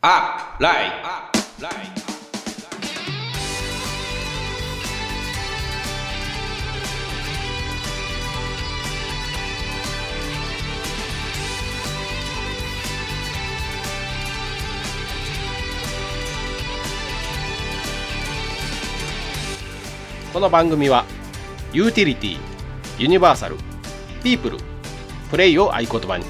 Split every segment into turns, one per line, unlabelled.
アップライアップライこの番組はユーティリティユニバーサルピープルプレイを合言葉に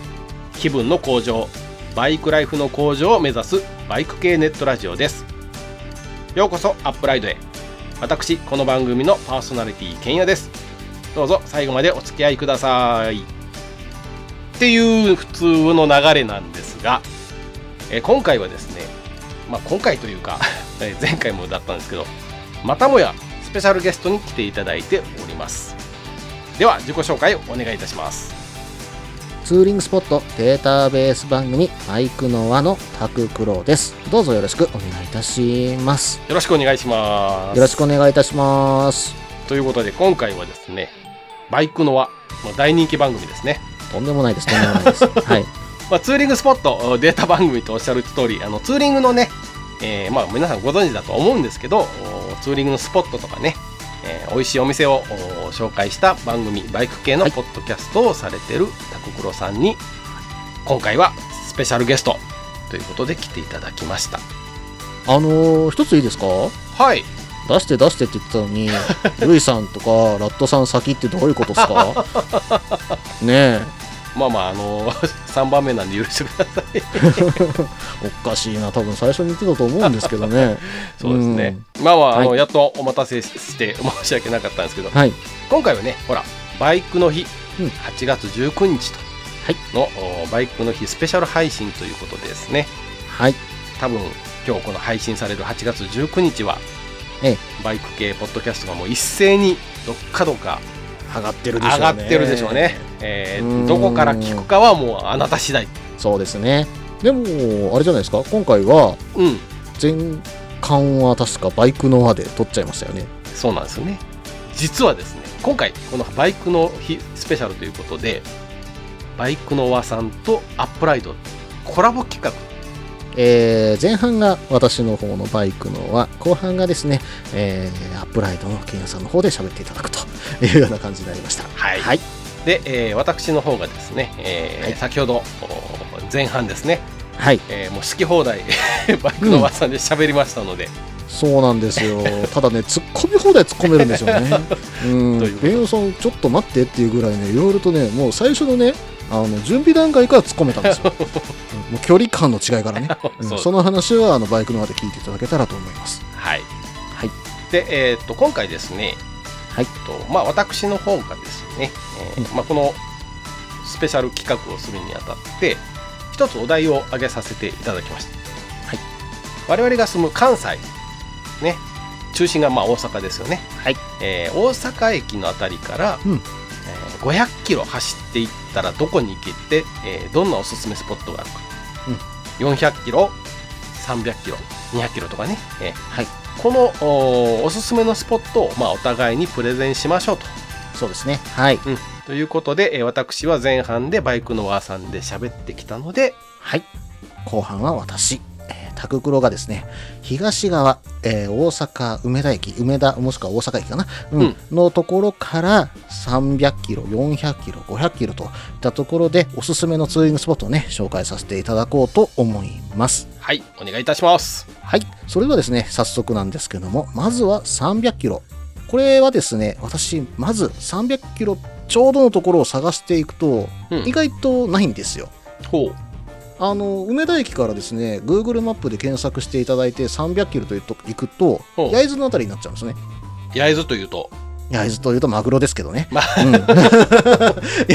気分の向上バイクライフの向上を目指すバイク系ネットラジオですようこそアップライドへ私この番組のパーソナリティけんやですどうぞ最後までお付き合いくださいっていう普通の流れなんですがえー今回はですねまあ今回というか えー前回もだったんですけどまたもやスペシャルゲストに来ていただいておりますでは自己紹介をお願いいたします
ツーリングスポットデータベース番組バイクの輪のタククロウですどうぞよろしくお願いいたします
よろしくお願いします
よろしくお願いいたします
ということで今回はですねバイクの輪の大人気番組ですね、
とんでもないですとんでもないです はい
まあ、ツーリングスポットデータ番組とおっしゃる通りあのツーリングのね、えーまあ、皆さんご存知だと思うんですけどおツーリングのスポットとかね、えー美味しいお店をお紹介した番組バイク系の
はい
ポッドキャストをされてるタククロさんに、今回はスペシャルゲストということで来ていただきました
あのー、一ついいですか
はい
出して出してって言ってたの にルイさんとかラットさん先ってどういうことです かねえ
まあまああの3 番目なんで許してください
おかしいな多分最初に言ってたと思うんですけど ね
そうですね、まあまああの、
はい
やっとお待たせして申し訳なかったんですけど
うんはい
今回はねほらバイクの日、
うん
8月19日と
はい
の、おバイクの日スペシャル配信ということでですね
はい
多分今日この配信される8月19日は、
ええ
バイク系ポッドキャストがもう一斉にどっかどっか
上がって
上
るでしょうね
がってるでしょうねえー
うーん
どこから聞くかはもうあなた次第
そうですねでもあれじゃないですか今回は
うん
前巻は確かバイクの輪で撮っちゃいましたよね
そうなんですよね実はですね今回このバイクの日スペシャルということでバイクの和さんとアップライドコラボ企画
えー前半が私の方のバイクのは後半がですね、えーアップライドのケンヤさんの方で喋っていただくというような感じになりました
はい
はい
で、えー私の方がですね、えー
はい
先ほどお前半ですね、
はい
えーもう好き放題 バイクの和さんで喋りましたので、
そうなんですよただね突っ込み放題突っ込めるんですよ ねうん
どういうこと
ベンヨさんちょっと待ってっていうぐらいねいろいろとねもう最初のねあの準備段階から突っ込めたんですよ うんもう距離感の違いからね、う ん
そう
その話はあのバイクの輪で聞いていただけたらと思います
はい、
はい
で、えーっと今回ですね、
はい
えっとまあ、私の方がですね、えーまあ、このスペシャル企画をするにあたって一つお題を挙げさせていただきました、
はい、
我々が住む関西ね中心がまあ大阪ですよね、
はい
えー大阪駅のあたりから、
うん
えー500キロ走っていったらどこに行けて、えーどんなおすすめスポットがあるか、400キロ300キロ200キロとかね、えー
はい
このおおすすめのスポットを、まあ、お互いにプレゼンしましょうと。
そうですねはい
ということで、えー私は前半でバイクのワーさんで喋ってきたので、
はい。後半は私、えータククロがですね、東側、えー大阪梅田駅、梅田もしくは大阪駅かな、うん
うん
のところから300キロ、400キロ、500キロといったところでおすすめのツーリングスポットをね、紹介させていただこうと思います。
はい、お願いいたします。
はい。それではですね、早速なんですけども、まずは300キロ。これはですね、私、まず300キロちょうどのところを探していくと、
うん
意外とないんですよ。
ほう。
あの梅田駅からですね Google マップで検索していただいて300キロというと行くと
ほう
焼津のあたりになっちゃうんですね
焼津というと、
焼津というとマグロですけどね、
ま
うん い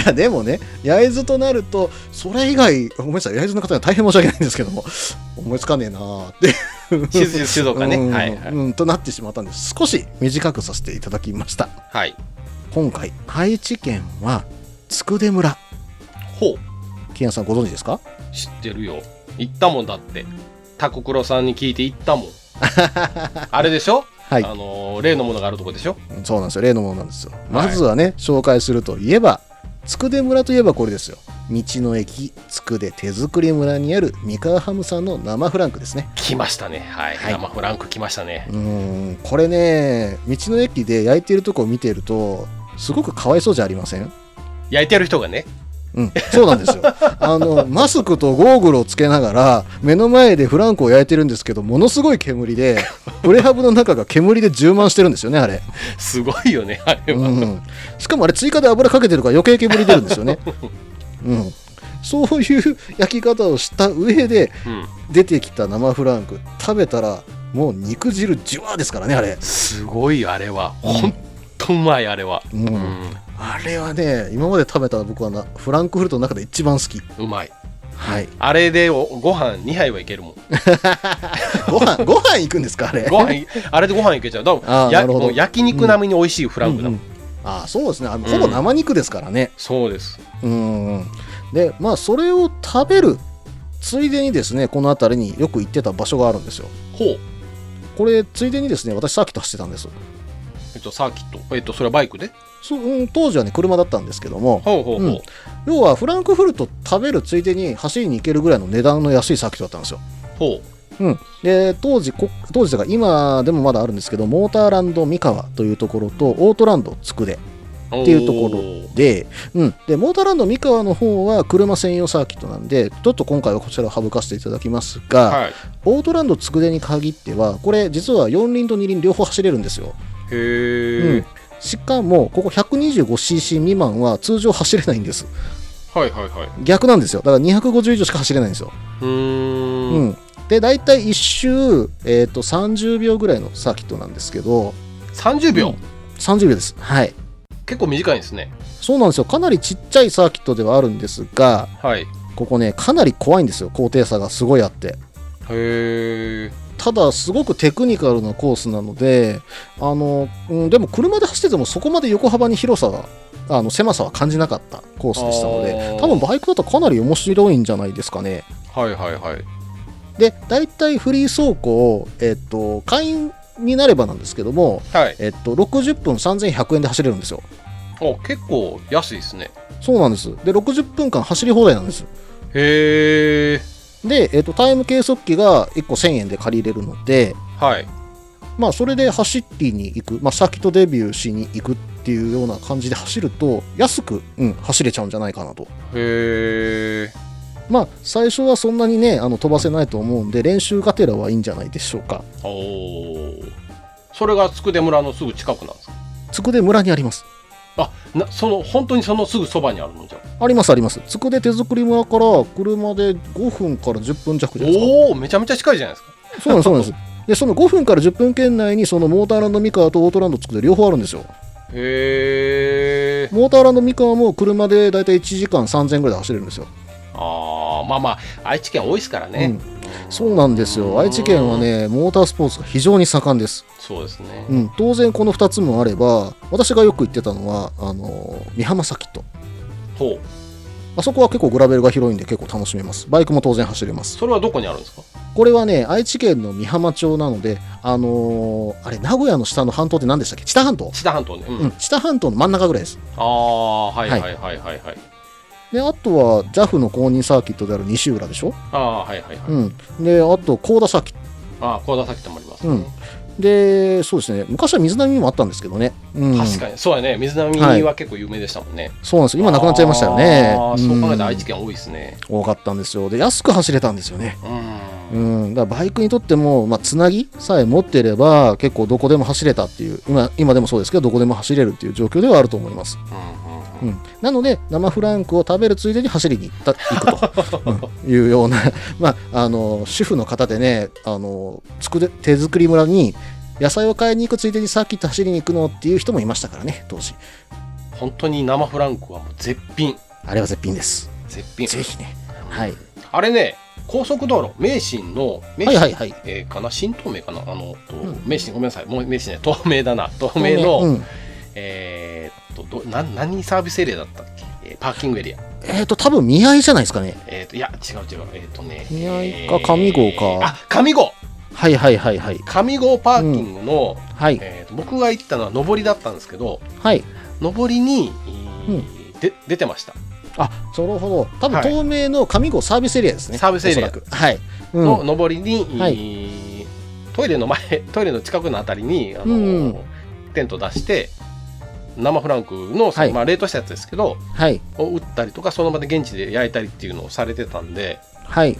やでもね焼津となるとそれ以外ごめんなさい焼津の方には大変申し訳ないんですけども思いつかねえなーって
静静岡ね。
うん
はい、はい。
うんとなってしまったんです少し短くさせていただきました
はい。
今回愛知県はつくで村
ほう。
金谷さんご存知ですか
知ってるよ。行ったもんだって。タコクロさんに聞いて行った もん。あれでしょ、
はい
あのー例のものがあるとこでしょ
そうなんですよ例のものなんですよ、まずはね紹介するといえばつくで村といえばこれですよ道の駅つくで手作り村にある三河ハムさんの生フランクですね
来ましたねはい、
はい
生フランク来ましたね
うーんこれね道の駅で焼いてるとこを見てるとすごくかわいそうじゃありません
焼いてやる人がね
うん、そうなんですよあのマスクとゴーグルをつけながら目の前でフランクを焼いてるんですけどものすごい煙でプレハブの中が煙で充満してるんですよねあれ、
すごいよねあれ
う
は、
ん、しかもあれ追加で油かけてるから余計煙出るんですよ ね、うん、そういう焼き方をした上で
うん
出てきた生フランク食べたらもう肉汁ジュワーですからねあれ、
すごいあれはほんとうまいあれは
うん
うん
あれはね今まで食べた僕はなフランクフルトの中で一番好き
うまい
はい
あれでおご飯2杯はいけるもん
ご飯ご飯行くんですかあれ
ご飯いあれでご飯いけちゃうだから
あー
や
なるほど
もう焼肉並みに美味しいフランクだもん、
うんうんああそうですねあの
うん
ほぼ生肉ですからね
そうです
うんうんでまあそれを食べるついでにですねこの辺りによく行ってた場所があるんですよ
ほう
これついでにですね私サーキット走ってたんです
えっとサーキットえっとそれはバイクで
そう、うん、当時はね車だったんですけども
ほうほうほう、
うん要はフランクフルト食べるついでに走りに行けるぐらいの値段の安いサーキットだったんですよ
ほ
うん、で当時こ当時というか今でもまだあるんですけどモーターランド三河というところとオートランドつくで
う
っていうところで,、うん、でモーターランド三河の方は車専用サーキットなんでちょっと今回はこちらを省かせていただきますが、
ろはいへ
オートランドつくでに限ってはこれ実は4輪と2輪両方走れるんですよ、
え、
うんしかもここ 125cc 未満は通常走れないんです
はいはいはい
逆なんですよだから250以上しか走れないんですよ
うーん
うん、で大体1周、えー、と30秒ぐらいのサーキットなんですけど
30秒、
30秒ですはい
結構短いですね
そうなんですよかなりちっちゃいサーキットではあるんですが
はいへ
ここねかなり怖いんですよ高低差がすごいあって
え
ただすごくテクニカルなコースなのであの、うん、でも車で走っててもそこまで横幅に広さがあの狭さは感じなかったコースでしたので
あー
多分バイクだとかなり面白いんじゃないですかね
はいはいはい
で大体フリー走行、えっと会員になればなんですけども
はい
えっと、60分3100円で走れるんですよ。
お結構安いですね
そうなんです。で、60分間走り放題なんです。
へえ
で、えっと、タイム計測器が1個1000円で借りれるので、
はい
まあ、それで走りに行く、まあ、サーキットデビューしに行くっていうような感じで走ると、安く、うん、走れちゃうんじゃないかなと。
へえ
まあ、最初はそんなにね、あの飛ばせないと思うんで、練習がてらはいいんじゃないでしょうか。
おおそれがつくで村のすぐ近くなんですか
つくで村にあります。
あなその本当にそのすぐそばにあるのじゃん
ありますあります。つくで手作り村から車で5分から10分弱じゃないですか。
おおめちゃめちゃ近いじゃないですか
そうなんです、そうなんです。で、その5分から10分圏内に、そのモーターランド三河とオートランドつくで両方あるんですよ。
へえ
モーターランド三河も車でだいたい1時間3000ぐらいで走れるんですよ。
あーまあまあ愛知県多いですから
う
ね
ん、そうなんです
うん
よ。愛知県はね、モータースポーツが非常に盛んです。
そうですね、
うん、当然この2つもあれば、私がよく行ってたのは、あのー、美浜サーキット。
ほう
あそこは結構グラベルが広いんで結構楽しめます。バイクも当然走れます。
それはどこにあるんですか
これはね、愛知県の美浜町なので、あのーあれ、名古屋の下の半島って何でしたっけ知多半島
知多半島ね、うん
うん、知多半島の真ん中ぐらいです。
ああはいはいはいはいはい
であとは JAF の公認サーキットである西浦でしょ、
ああはいはいはい、
うん、であと高田サーキット
ああ小田崎ともありますね、
うんでそうですね昔は水波にもあったんですけどね、うん、
確かにそうやね水波は結構有名でしたもんね、
そうなんです今なくなっちゃいましたよね
ああそう考えたら愛知
県、
県多いですね
うん多かったんですよで安く走れたんですよね
うん、
うん、だからバイクにとっても、まあ、つなぎさえ持っていれば結構どこでも走れたっていう今今でもそうですけどどこでも走れるっていう状況ではあると思います、
うんう
うんん、なので生フランクを食べるついでに走りに行 った行くと、うんいうような、 まあ、あの主婦の方でねあの作れ手作り村に野菜を買いに行くついでにサーキット走りに行くのっていう人もいましたからね当時
本当に生フランクはもう絶品
あれは絶品です
絶品
ぜひねはい
あれね高速道路名神の名
はい
神、
はいはい
えーかな新東名かなあの、と
うん
名神ごめんなさいもう名神ね東名だな東名の、
うん
えーっとどな何サービスエリアだったっけ、えーパーキングエリア
えっ、と多分見合いじゃないですかね
えーっといや違う違うえーっとね
宮井
え
か上郷か
あ上郷
はいはいはいはい
上郷パーキングの、
はい
えーっと僕が行ったのは上りだったんですけど
はい
上りに、えー
う
で出てました
あそれほど多分
はい
透明の上郷サービスエリアですね
サービスエリア
おそらくはい、うん
の上りに、
はい
えートイレの前 トイレの近くのあたりにあの、
うん
テント出して生フランクの、
はい
まあ、冷凍したやつですけど
はい
を打ったりとかその場で現地で焼いたりっていうのをされてたんで
はい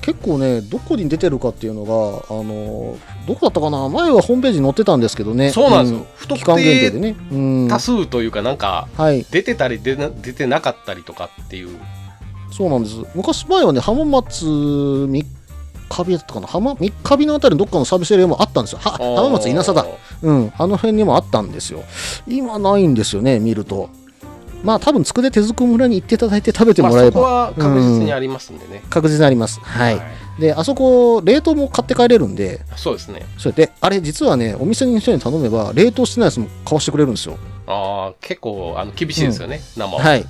結構ねどこに出てるかっていうのがあのどこだったかな前はホームページに載ってたんですけどね
そうなんですよ、、不
うん
特
期間限定で
定
ね、うん、
多
は
数というかなんか
い
出てたり出な出てなかったりとかっていう
そうなんです昔前はね浜松三日日だったかな浜三日日のあたりのどっかのサービスエリアもあったんですよは浜松稲佐だうん、あの辺にもあったんですよ。今ないんですよね、見ると。まあ、多分つくで手作村に行っていただいて食べて
まあ
もらえ
そこ
ば
は確実にありますんでね、
確実にあります。はい。で、あそこ、冷凍も買って帰れるんで、
そうですね
それで、あれ、実はね、お店の人に頼めば、冷凍してないやつも買わしてくれるんですよ。
ああ結構あの厳しいですよね、生は、
はい。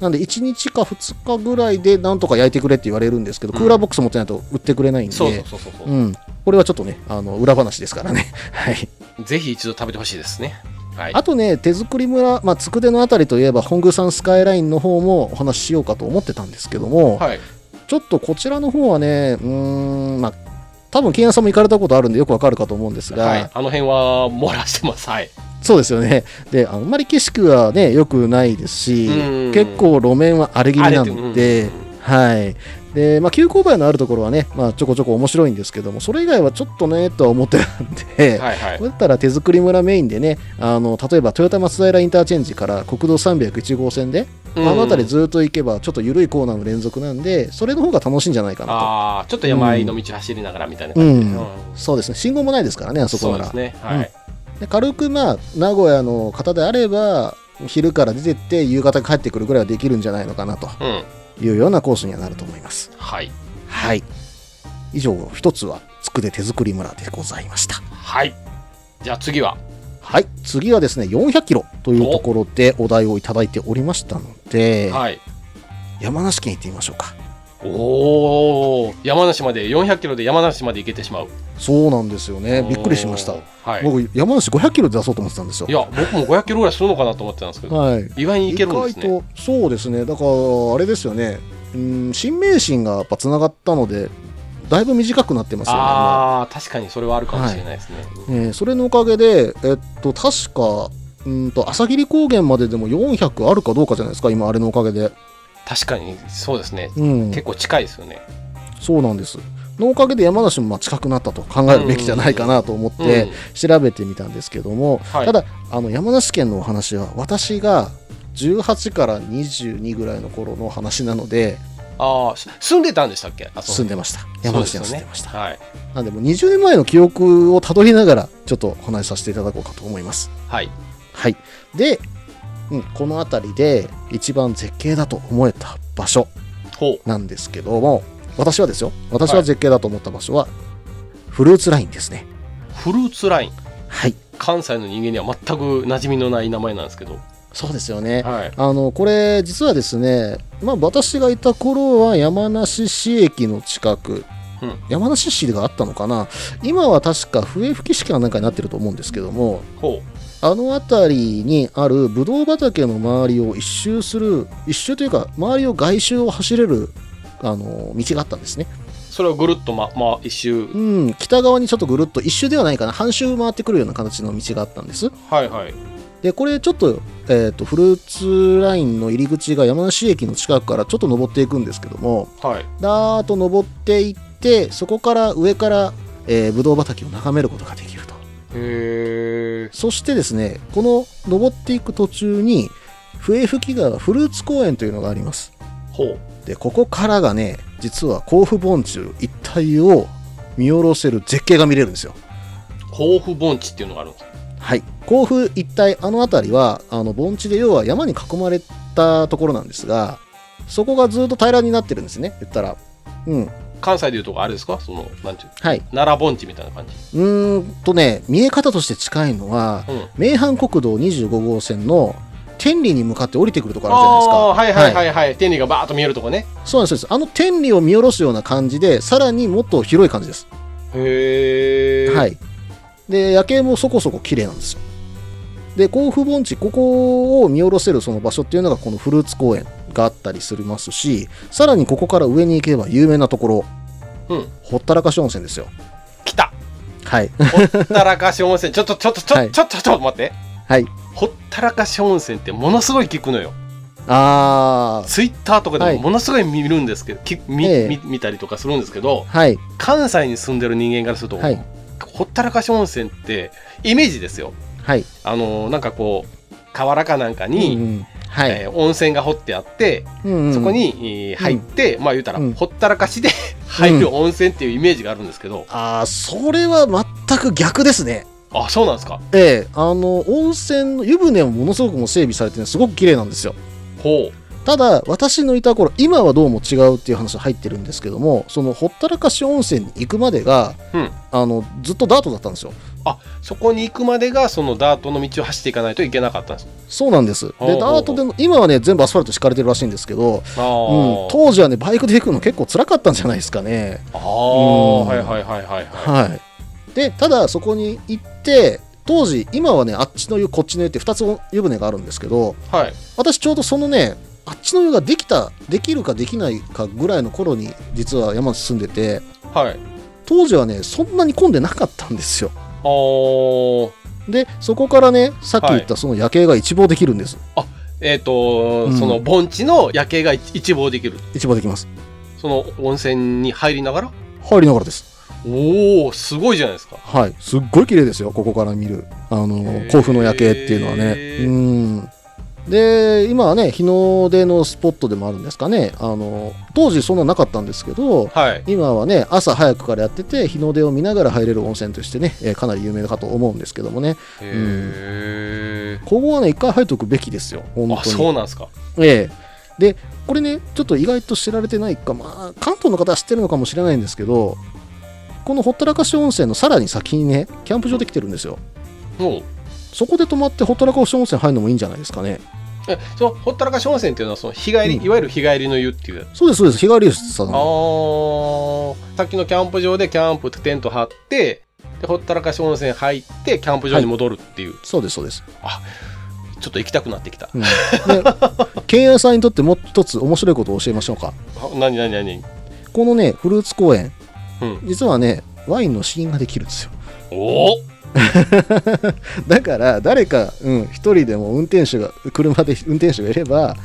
なんで、1日か2日ぐらいで、なんとか焼いてくれって言われるんですけど、
うん
クーラーボックス持ってないと売ってくれないんで、
そうそうそうそう、
うん。これはちょっとね、あの裏話ですからね。 はい。
ぜひ一度食べてほしいですね。はい。
あとね、手作り村、まあ、つくでのあたりといえば、本宮山スカイラインの方もお話ししようかと思ってたんですけども、
はい。
ちょっとこちらの方はね、うーん、まあ、多分、ケンヤさんも行かれたことあるんで、よくわかるかと思うんですが、
はい。あの辺は漏らしてます。はい。
そうですよね。で、あんまり景色はね、良くないですし
うん、
結構路面は荒れ気味なの
う
で
ん、
はい。で、まあ、急勾配のあるところはね、まあ、ちょこちょこ面白いんですけども、それ以外はちょっとね、とは思ってたんで、
はいはい
こ。れだったら手作り村メインでね、あの例えば豊田松平インターチェンジから国道301号線で、
うん
あの辺りずっと行けば、ちょっと緩いコーナーの連続なんで、それの方が楽しいんじゃないかな
ああ、ちょっと山あいの道走りながらみたいな
と。う
感じで。
ん、そうですね、信号もないですからね、あそこ
そう
な
で
ら。
すね。はい。
で軽く、まあ、名古屋の方であれば、昼から出てって、夕方帰ってくるぐらいはできるんじゃないのかなと
うん。
いうようなコースにはなると思います。
はい。
はい。以上、一つは、つくで手作り村でございました。
はい。じゃあ次は。
はい、次はですね、400キロというところでお題をいただいておりましたので、
はい。
山梨県行ってみましょうか。
おお。山梨まで400キロで山梨まで行けてしまう。
そうなんですよね、びっくりしました。
おーはい。
僕、山梨500キロで出そうと思ってたんですよ
い。や、僕も500キロぐらいするのかなと思ってたんですけど、
はい、
意外に
意
行けるんで
外
すね。
と、そうですね、だからあれですよね、うん、新名神がやっぱつながったので、だいぶ短くなってますよね。も
ああ、確かにそれはあるかもしれないですね。
うえーそれのおかげで、えっと、確か、うんと朝霧高原まででも400あるかどうかじゃないですか、今、あれのおかげで。
確かにそうですね。
うん、
結構近いですよね。
そうなんです。のおかげで山梨もまあ近くなったと考えるべきじゃないかなと思って調べてみたんですけども、
はい
ただあの山梨県のお話は私が18から22ぐらいの頃の話なので
ああ、す住んでたんでしたっけあ
住ん
で
でました
そ
山
うで
梨
すよね
県に住んでました、
はい。
なんでもう20年前の記憶をたどりながらちょっとお話しさせていただこうかと思います
はい。
はいで、うん、この辺りで一番絶景だと思えた場所
ほ
なんですけども私はですよ私は絶景だと思った場所は、フルーツラインですね
う。フルーツライン。
はい
関西の人間には全く馴染みのない名前なんですけど。
そうですよね
はい。
あのこれ実はですね、まあ、私がいた頃は山梨市駅の近く、
うん
山梨市があったのかな今は確か笛吹市かなんかになってると思うんですけども
ほ
あの辺りにあるぶどう畑の周りを一周する一周というか周りを外周を走れるあの道があったんですね、
う。それをぐるっとま、まあ、一周。
うん、北側にちょっとぐるっと一周ではないかな半周回ってくるような形の道があったんです
はいはい。
でこれちょっと,、えー、とフルーツラインの入り口が山梨駅の近くからちょっと登っていくんですけども
はい。
だーっと登っていってそこから上から、えー、ブドウ畑を眺めることができると
へえ。
そしてですねこの登っていく途中に笛吹川フルーツ公園というのがあります
ほう。
でここからがね実は甲府盆地一帯を見下ろせる絶景が見れるんですよ
甲府盆地っていうのがあるんです
はい、甲府一帯あの辺りはあの盆地で要は山に囲まれたところなんですがそこがずっと平らになってるんですね言ったらうん
関西でいうとこあれですかその、なんていう
はいう
奈良盆地みたいな感じ。
うーんとね見え方として近いのは
うん。
名阪国道25号線の天理に向かって降りてくるところあるじゃないですか
ああー、はいはいはいはい。天理がバーッと見えるとこね。
そうなんですそうですあの天理を見下ろすような感じでさらにもっと広い感じです、
へえ。。
はいいで夜景もそこそこ綺麗なんですよで甲府盆地ここを見下ろせるその場所っていうのがこのフルーツ公園があったりするますしさらにここから上に行けば有名なところ
うん
ほったらかし温泉ですよ
来た
はい
ほったらかし温泉ちょっとちょっとちょ,、
はい
ちょっとちょっと待って
はい
ほったらかし温泉ってものすごい聞くのよ
あー
ツイッターとかで
は
も
い
ものすごい見るんですけど、きみ
ええ
み見たりとかするんですけど
はい
関西に住んでる人間からすると、
はい
ほったらかし温泉ってイメージですよ
はい
あのーなんかこう河原かなんか
うん
に、
うんはい
えー温泉が掘ってあって、
うんうん
そこに、えー入って、まあ言うたら、
うん
ほったらかしで入る温泉っていうイメージがあるんですけど、
ああそれは全く逆ですね
あそうなんですか
ええあの温泉の湯船もものすごくもう整備されてねすごく綺麗なんですよ
ほ
ただ私のいた頃今はどうも違うっていう話が入ってるんですけどもそのほったらかし温泉に行くまでが、
うん
あのずっとダートだったんですよ
うあそこに行くまでがそのダートの道を走っていかないといけなかったんです
そうなんですで
ほうほう
ダートでも今はね全部アスファルト敷かれてるらしいんですけど、
あ
うん
ー、
当時はねバイクで行くの結構辛かったんじゃないですかね
あー
うん
はいはいはいはいはい
はいでただそこに行って当時今はねあっちの湯こっちの湯って2つお湯船があるんですけど
はい
私ちょうどそのねあっちの湯ができたできるかできないかぐらいの頃に実は山梨住んでて
はい
当時はねそんなに混んでなかったんですよ
あー
でそこからねさっき言ったその夜景が一望できるんです、
えっ、と、
うん
その盆地の夜景が一一望できる
一望できます
その温泉に入りながら
入りながらです
おおすごいじゃないですか
はいすっごい綺麗ですよここから見るあの
へー
甲府の夜景っていうのはねうんで今はね日の出のスポットでもあるんですかねあの当時そんななかったんですけど
はい
今はね朝早くからやってて日の出を見ながら入れる温泉としてね、えーかなり有名かと思うんですけどもね
へえ、
ここはね一回入っておくべきですよ本
あ
当に
そうなんですか
ええ。で、これね、ちょっと意外と知られてないか、まあ、関東の方は知ってるのかもしれないんですけど、このほったらかし温泉のさらに先にね、キャンプ場できてるんですよ。
もう
そこで泊まってほったらかし温泉入るのもいいんじゃないですかね。
えそのほったらかし温泉っていうのはその日帰り、
うん
いわゆる日帰りの湯っていう、
そうです、そうです。日帰りですさん
あーさっきのキャンプ場でキャンプテント張ってでほったらかし温泉入ってキャンプ場に戻るっていう、
そうです、そうです。
ちょっと行きたくなってきた
うん、で、 ケンヤさんにとってもう一つ面白いことを教えましょうか。
あ何何何
このね、フルーツ公園、
うん
実はね、ワインの試飲ができるんですよ。
おお
だから誰かうん、一人でも運転手が車で運転手がいれば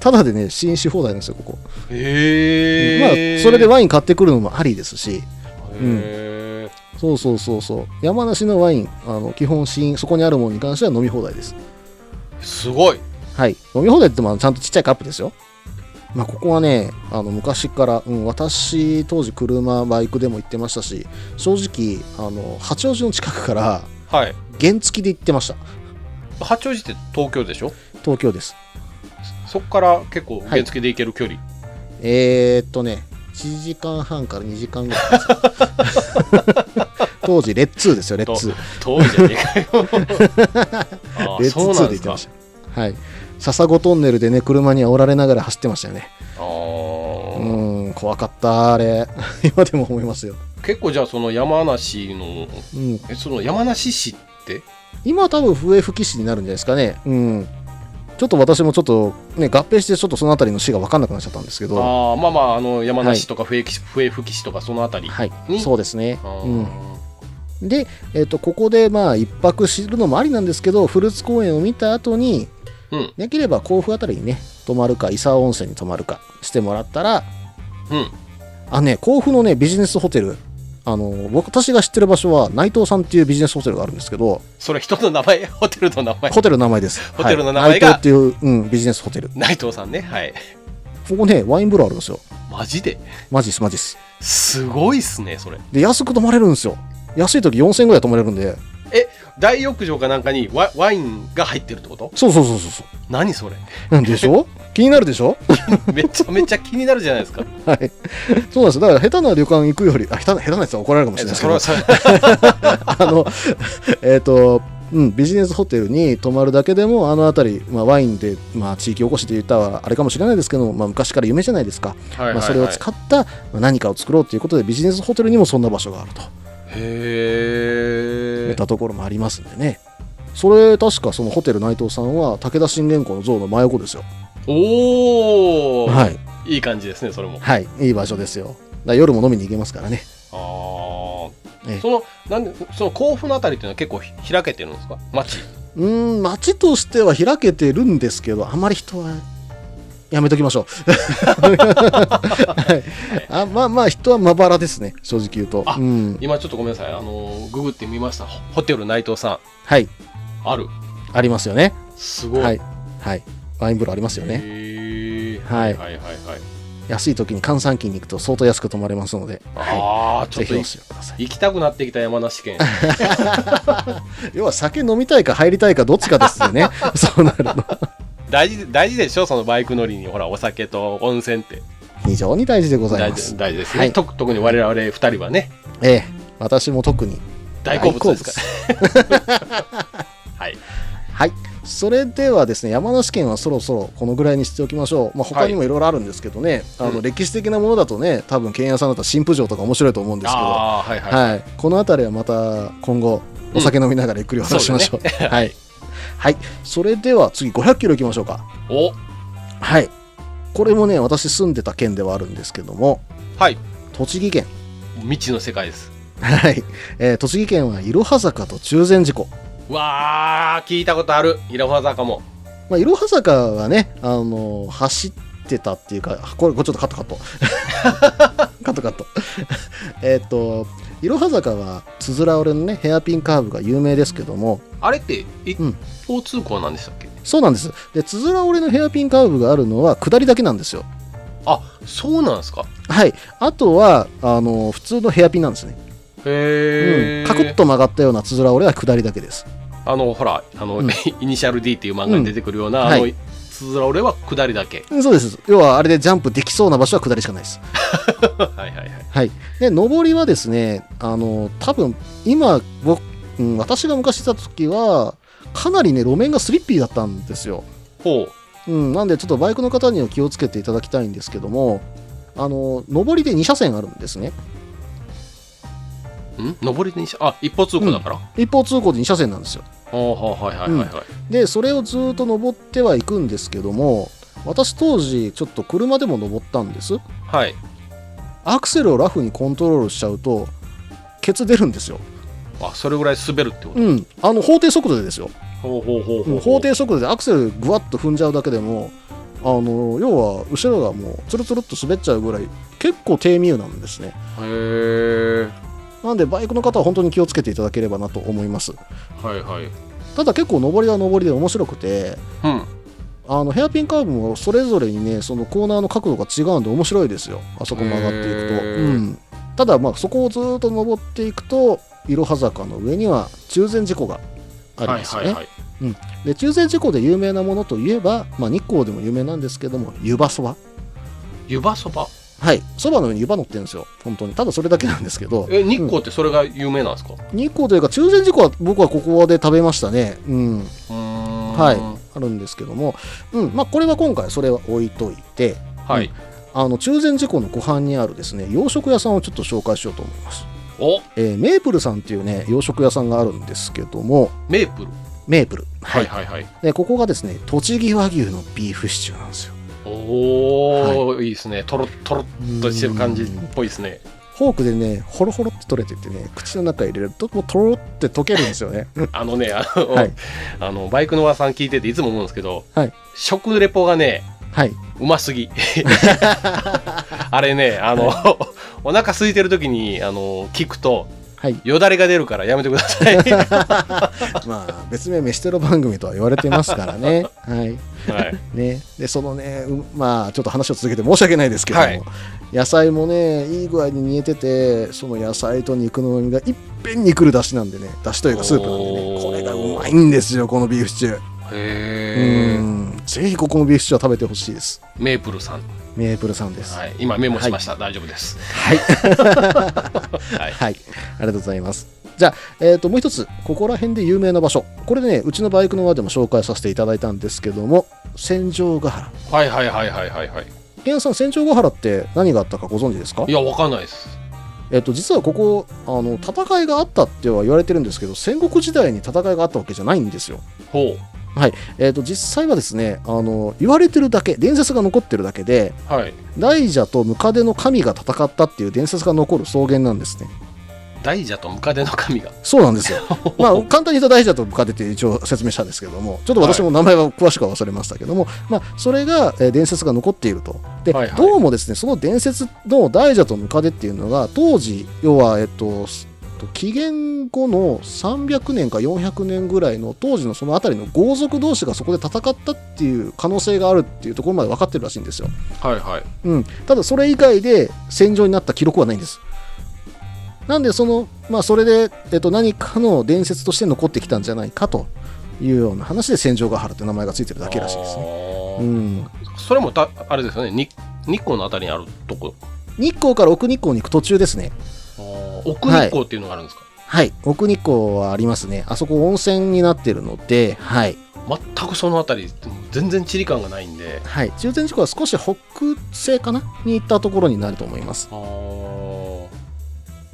ただでね試飲し放題なんですよここ、
へ
まあ
え、
それでワイン買ってくるのもありですしうん
へ
そうそうそうそう山梨のワインあの基本試飲そこにあるものに関しては飲み放題です
ーすごい
はい飲み放題って言ってもあのちゃんとちっちゃいカップですよまあここはねあの昔から、うん、私当時車バイクでも行ってましたし正直あの八王子の近くから
はい
原付きで行ってました
八王子って東京でしょ
東京です
そこから結構原付で行ける距離、
えー、っとね、1時間半から2時間ぐらい です。当時、レッツーですよ、レッツー。
遠いじゃね えかよあ
レ
ー
ッツ
そう
ー
なん
で
で
行っ
す
て
か
ました。はい。笹子トンネルでね、車に煽られながら走ってましたよね。
あ
う
ー
ーん、怖かった、あれ。 今でも思いますよ。
結構じゃあその山梨の
うん、
えその山梨市って
今は多分笛吹き市になるんじゃないですかね。うん。ちょっと私もちょっとね、合併してちょっとその辺りの市が分かんなくなっちゃったんですけど、
ああまあまああの山梨とか笛吹き笛吹き市とかそのあたり、
は
に
い、そうですね
あ。ー
うん。で、えっとここでまあ一泊するのもありなんですけどフルーツ公園を見た後に、
うん
なければ甲府あたりにね泊まるか伊佐温泉に泊まるかしてもらったら
うん
あね甲府のねビジネスホテルあの僕私が知ってる場所は内藤さんっていうビジネスホテルがあるんですけど、
それ人の名前 ホテルの名前
ホテルの名前です
ホテルの名前が
はい内藤っていう、うん、ビジネスホテル
内藤さんねはい
ここねワイン風呂あるんですよ
マジで
マジですマジです
すごいっすねそれ
で安く泊まれるんですよ安い時4000円ぐらい泊まれるんで
大浴場かなんかにワワインが入ってるってこと
そうそうそうそうそ
何それ
うなんでしょ気になるでしょ
めちゃめちゃ気になるじゃないですか
はい、そうなんですだから下手な旅館行くよりあ下手な下手なやつは怒られるかもし
え
れないです
そ
け
れ
ど
はそれ
あの、えっとうん、ビジネスホテルに泊まるだけでもあの辺り、まあ、ワインで、まあ、地域おこしで言ったらあれかもしれないですけど、まあ、昔から夢じゃないですか、
はいはいはい
まあ、それを使ったまあ何かを作ろうということでビジネスホテルにもそんな場所があると
へ
い
え
ったところもありますんでね、それ確かそのホテル内藤さんは武田信玄公の像の真横ですよ
おお、
はい
い、い感じですねそれも
はいいい場所ですよだから夜も飲みに行けますからね
あ
え
あ
え
そのなんでその甲府のあたりっていうのは結構ひ開けてるんですか街
うーん街としては開けてるんですけどあまり人はやめときま しょう、はい、あまあまあ人はまばらですね正直言うと
あ
うん
今ちょっとごめんなさいあのーググってみましたホホテル内藤さ
はい
んある
ありますよね
すごい、
はいはいワイン風呂ありますよね
へー
はい
はいはいはい
安い時に閑散期に行くと相当安く泊まれますので、は
ああ
い、
ちょ
ぜ
っ
ひ
とい
お勧めください
行きたくなってきた山梨県
要は酒飲みたいか入りたいかどっちかです よねそうなるの
大事大事でしょそのバイク乗りにほらお酒と温泉って
非常に大事でござい
大
ます
事大事ですね、
はい
と特に我々二人はね
ええ私も特に
大好物ですからはい
はいそれではですね山梨県はそろそろこのぐらいにしておきましょう、まあ、他にもいろいろあるんですけどね、
はい
あの
うん
歴史的なものだとね多分県屋さんだったら新婦城とか面白いと思うんですけど、は
ああはいはい
いこの辺りはまた今後お酒飲みながらゆっくりお話ししましょう,、
そうだね
はい、はい、それでは次500キロいきましょうか
お
はいこれもね私住んでた県ではあるんですけども
はい
栃木県
未知の世界です
はい、えー栃木県はいろは坂と中禅寺湖
わあ聞いたことあるいろは坂も
まあ、いろは坂はね、あのー走ってたっていうか、あこれ、これちょっとカットカット。 カットカット。 えっと、いろは坂は、つづら折れのね、ヘアピンカーブが有名ですけども、
あれって一
うん
方通行なんでしたっけ、
そうなんです。で、つづら折れのヘアピンカーブがあるのは、下りだけなんですよ。
あそうなんですか
はい。あとは、あのー普通のヘアピンなんですね。
へえ、
うん、カクッと曲がったようなつづら折れは下りだけです。
あのほらあの、
うん
イニシャル D っていう漫画に出てくるような、あ
は
の
い
つづら俺は下りだけ
うんそうです。要は、あれでジャンプできそうな場所は下りしかないです。
はいはいはい
はい、で上りはですねあの多分今僕、うん、私が昔いた時はかなりね路面がスリッピーだったんですよ、
ほう
うん、なんでちょっとバイクの方には気をつけていただきたいんですけどもあの上りで2車線あるんですね
ん上り電車あ一方通行だから、
一方通行で2車線なんですよ
ほうほうはいはいはいはい、
でそれをずっと上ってはいくんですけども私当時ちょっと車でも上ったんです
はい
アクセルをラフにコントロールしちゃうとケツ出るんですよ、
あそれぐらい滑るってこと、
うん、あの法定速度でですよ
ほうほうほうほう
もう法定速度でアクセルぐわっと踏んじゃうだけでもあの要は後ろがもうつるつるっと滑っちゃうぐらい結構低ミューなんですね
へえ
なんでバイクの方は本当に気をつけていただければなと思います
はいはい
ただ結構上りは上りで面白くて
うん
あのヘアピンカーブもそれぞれにねそのコーナーの角度が違うんで面白いですよあそこ曲がっていくと、
へ
う
ー
ん、ただまあそこをずーっと上っていくといろは坂の上には中禅寺湖があり
は
ま
い
すよ
は
ね、
いはい
で中禅寺湖で有名なものといえば、まあ、日光でも有名なんですけども湯葉そば
湯葉そば
はいそばの上に湯葉乗ってるんですよ本当にただそれだけなんですけど
え日光ってそれが有名なんですか
日光というか中禅寺湖は僕はここで食べましたねうん
うーん
はいあるんですけども、うんまあ、これは今回それは置いといて
はい、
あの中禅寺湖の湖畔にあるですね洋食屋さんをちょっと紹介しようと思います、
お
えーメープルさんっていうね洋食屋さんがあるんですけども
メープル
メープル、は
はいいはいはい
でここがですね栃木和牛のビーフシチューなんですよ
おお、い、いですねとろとろっとしてる感じっぽいですね
フォークでねホロホロって取れてってね口の中入れるともうとろって溶けるんですよ ね
あのねあの,、
はい
あのバイクのおばさん聞いてていつも思うんですけど、
はい
食レポがね
はいう
ます ぎあれねあの、お腹空いてる時にあの聞くと
はい
よだれが出るからやめてくださ い、は
まあ別名飯テロ番組とは言われてますから ねはい
い、
ねでそのね、うまあちょっと話を続けて申し訳ないですけども、
はい
野菜もねいい具合に煮えててその野菜と肉のうまみがいっぺんにくるだしなんでねだしというかスープなんで
お
ね
ー
これがうまいんですよこのビーフシチューう
へえ
んぜひここのビーフシチューは食べてほしいです
メープルさん、
メープルさんです
はい、今メモしました、大丈夫です
はい
はい
はい、ありがとうございます。じゃあ、えー、ともう一つ、ここら辺で有名な場所、これね、うちのバイクの輪でも紹介させていただいたんですけども、戦場ヶ原。
はいはいはいはいはいはい
源さん、戦場ヶ原って何があったかご存知ですか
いやわかんないです
ええっと、実はここあの戦いがあったっては言われてるんですけど戦国時代に戦いがあったわけじゃないんですよ。
ほ
えっと、実際はですねあの言われてるだけ伝説が残ってるだけで
うはい
大蛇とムカデの神が戦ったっていう伝説が残る草原なんですね。
大蛇とムカデの神が
そうなん ですよ。まあ、簡単に言うと大事だとムカデって一応説明したんですけども、ちょっと私も名前は詳しくは忘れましたけども、まあ、それが、えー伝説が残っていると。で、
はいはい
どうもですね、その伝説の大蛇とムカデっていうのが、当時、要は、えっと、す紀元後の300年か400年ぐらいの当時のその辺りの豪族同士がそこで戦ったっていう可能性があるっていうところまで分かってるらしいんですよ。
はいはい
うん、ただそれ以外で戦場になった記録はないんです。なんでその、まあ、それで、えっと、何かの伝説として残ってきたんじゃないかというような話で戦場ヶ原って名前がついてるだけらしいですね。
ね
うん、
それもたあれですよねに日光のあたりにあるとこ
日光から奥日光に行く途中ですね。
奥日光っていうのがあるんですか、
はい、奥日光はありますね。あそこ温泉になってるので、はい、
全くそのあたり全然地理感がないんで
はい、中禅寺湖は少し北西かなに行ったところになると思います。
あー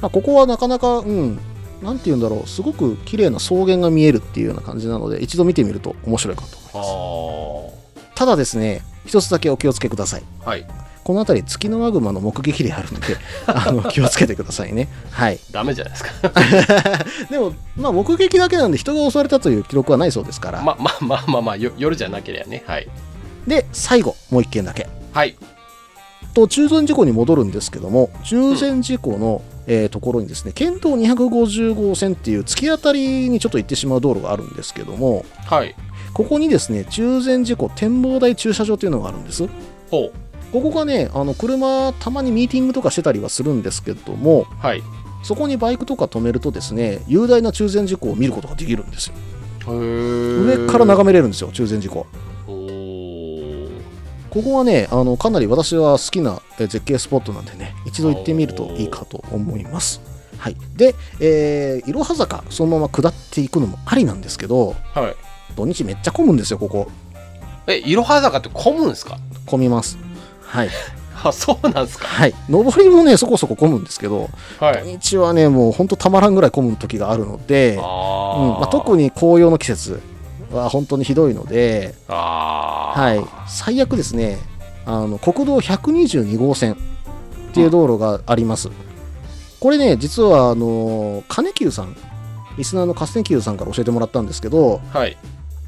まあ、ここはなかなか、うん、なんて言うんだろう、すごく綺麗な草原が見えるっていうような感じなので、一度見てみると面白いかと思い
あ
ます。
ー
ただですね、一つだけお気をつけください。
はい
この辺り、月のワグマの目撃例あるので、 あの気をつけてくださいね。はい。
ダメじゃないですか
でも、まあ、目撃だけなんで、人が襲われたという記録はないそうですから。
ままあまあまあまあよ夜じゃなければねはい
で、最後、もう一件だけ。
はい
と中禅寺湖に戻るんですけども中禅寺湖の、えーところにですね県道250号線っていう突き当たりにちょっと行ってしまう道路があるんですけども
はい
ここにですね中禅寺湖展望台駐車場というのがあるんです
ほう
ここがねあの車たまにミーティングとかしてたりはするんですけども
はいへ
そこにバイクとか止めるとですね雄大な中禅寺湖を見ることができるんですよ上
上
から眺めれるんですよ中禅寺湖
おー
ここはねあのかなり私は好きなえー絶景スポットなんでね一度行ってみるといいかと思いますはいで、えー、いろは坂そのまま下っていくのもありなんですけど
はい
土日めっちゃ混むんですよここ
えいろは坂って混むんですか
混みますはい
あそうなんですか
はい上りもねそこそこ混むんですけど
は
土
い
日はねもうほんとたまらんぐらい混む時があるので、うん
あー、
まあ、特に紅葉の季節は本当にひどいので、
あー
はい、最悪ですねあの国道122号線っていう道路があります、これね実はあの金久さんリスナーの金久さんから教えてもらったんですけど
はい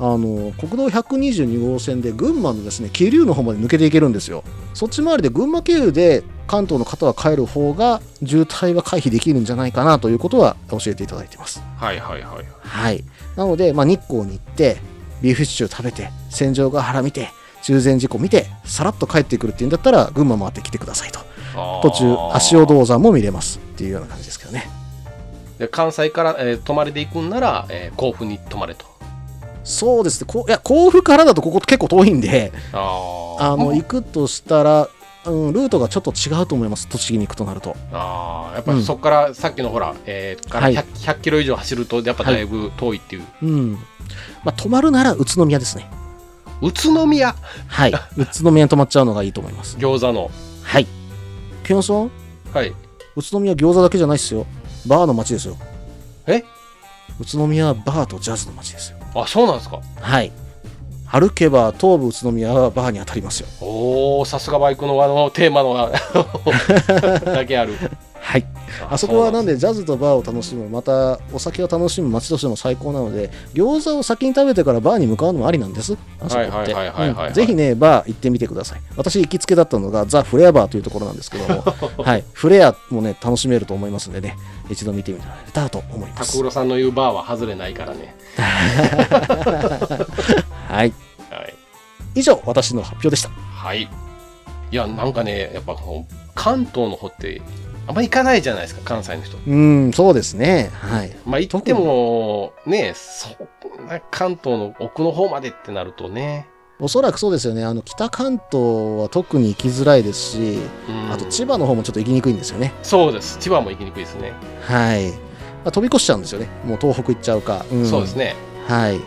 あの国道122号線で群馬のですね桐生の方まで抜けていけるんですよそっち回りで群馬経由で関東の方は帰る方が渋滞は回避できるんじゃないかなということは教えていただいてます
はいはいはい
はい。なので、まあ、日光に行って、ビーフシチュー食べて、戦場ヶ原見て、中禅寺湖見て、さらっと帰ってくるっていうんだったら、群馬回ってきてくださいと。
あー
途中、足尾銅山も見れますっていうような感じですけどね。
で関西から、えー泊まれで行くんなら、えー甲府に泊まれと
そうですね。こういや、甲府からだとここ結構遠いんで、
あー
あの、
うん
行くとしたら、うん、ルートがちょっと違うと思います。栃木に行くとなると。
あーやっぱりそこからさっきのほら、えーから
はい
100, 100キロ以上走るとやっぱだいぶ遠いっていう、
うん。まあ、泊まるなら宇都宮ですね。
宇都宮
はい。宇都宮に泊まっちゃうのがいいと思います。
餃子の
はい。ケンヨンさん、
はい
宇都宮餃子だけじゃないっすよ。バーの街ですよ。
え
宇都宮はバーとジャズの街ですよ
あそうなんですか
はい歩けば東武宇都宮はバーに当たりますよ
おおさすがバイクのあのテーマのが だけある
はいあそこはなん
で
でジャズとバーを楽しむまたお酒を楽しむ街としても最高なので餃子を先に食べてからバーに向かうのもありなんですあそこ
は
っ
い
て
はいはいはいはいはい
うんぜひねバー行ってみてください私行きつけだったのがザ・フレアバーというところなんですけど も、はい、フレアもね楽しめると思いますんでね一度見てみられたらと思いま
拓
す
郎さんの言うバーは外れないからね
はい
はい
以上私の発表でした
はい。いや、なんかね、やっぱこう関東の方って、あんま行かないじゃないですか、関西の人。
うんそうですねはい
まあ行っても、ね、そな関東の奥の方までってなるとね。
おそらくそうですよね、あの北関東は特に行きづらいですし、
うん
あと千葉の方もちょっと行きにくいんですよね。
そうです。千葉も行きにくいですね。
はい、まあ飛び越しちゃうんですよね、もう東北行っちゃうか、ん
そうですね。
はい、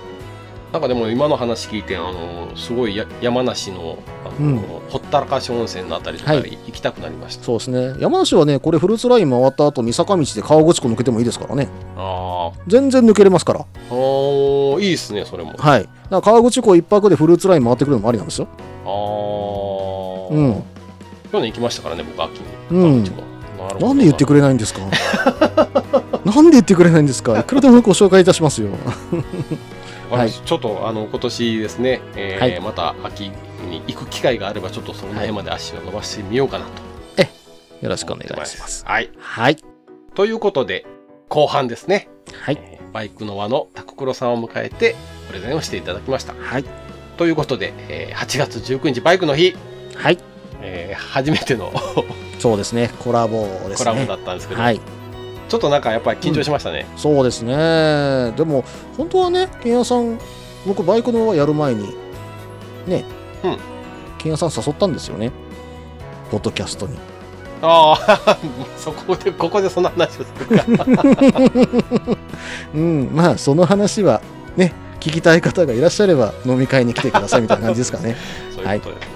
なんかでも今の話聞いてあのすごいや山梨のあの、
うん
ほったらかし温泉のあたりとか
はい
行きたくなりました、
そうですね山梨はねこれフルーツライン回った後三坂道で川口湖抜けてもいいですからね
あー
全然抜けれますから
あーいいですねそれもあ
はいだから川口湖一泊でフルーツライン回ってくるのもありなんですよ
あ、
うん
去年行きましたからね僕秋に、
う
川
ん
口湖なるほど
なんで言ってくれないん ですかなんで言ってくれないんですかいくらでもご紹介いたしますよ
わかりました
は
ちょっとあの今年ですね、えー
はい
また秋に行く機会があればちょっとその辺まで足を伸ばしてみようかなと
よろしくお
思っ
願
て
いします
はい
はい
ということで後半ですね、
はい
えーバイクの輪のタククロさんを迎えてプレゼンをしていただきました
はい
ということで、えー8月19日バイクの日、
はい
えー初めての
そうですねコラボです
コラボ
ね
だったんですけど、
はい
ちょっとなんかやっぱり緊張しましたね、
そうですねでも本当はね金谷さん僕バイクの輪やる前にね、
うん
金谷さん誘ったんですよねポッドキャストに
ああ そこでここでそんな話をするか
うんまあその話はね聞きたい方がいらっしゃれば飲み会に来てくださいみたいな感じです かね
そういうことですね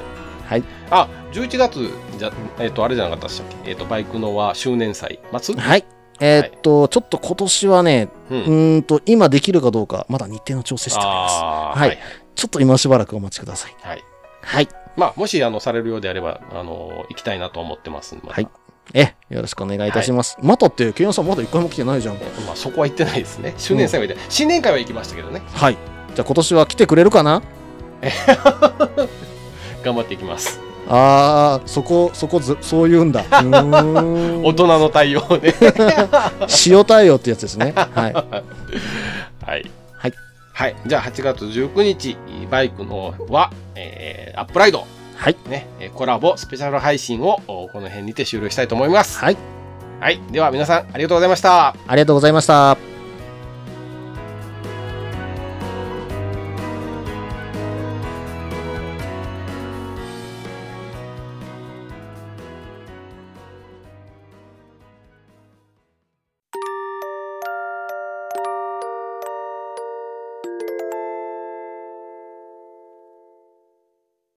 はい
あ11月じゃえっ、とあれじゃなかったでしたっけえっ、とバイクの輪周年祭末
はいえーっと、ちょっと今年はね
うん
うーんと今できるかどうかまだ日程の調整しております
あー
はい
はい、
ちょっと今しばらくお待ちください
はい
はい
まあもしあのされるようであればあの行きたいなと思ってますんでまた
はいえよろしくお願いいたします、またって金谷さんまだ一回も来てないじゃん
えまあ、そこは行ってないですね周年祭は行って、新年会は行きましたけどね
はい。じゃあ今年は来てくれるかな
頑張っていきます
あー、そこ、そこず、そう言うん だ。うーん
大人の対応ね
塩対応ってやつですね。は
はい
はい、
はい、じゃあ8月19日バイクの輪、えー、アップライド
い。はい。
ねえーコラボスペシャル配信をおこの辺にて終了したいと思います
はい。
はい、では皆さんありがとうございました
ありがとうございました。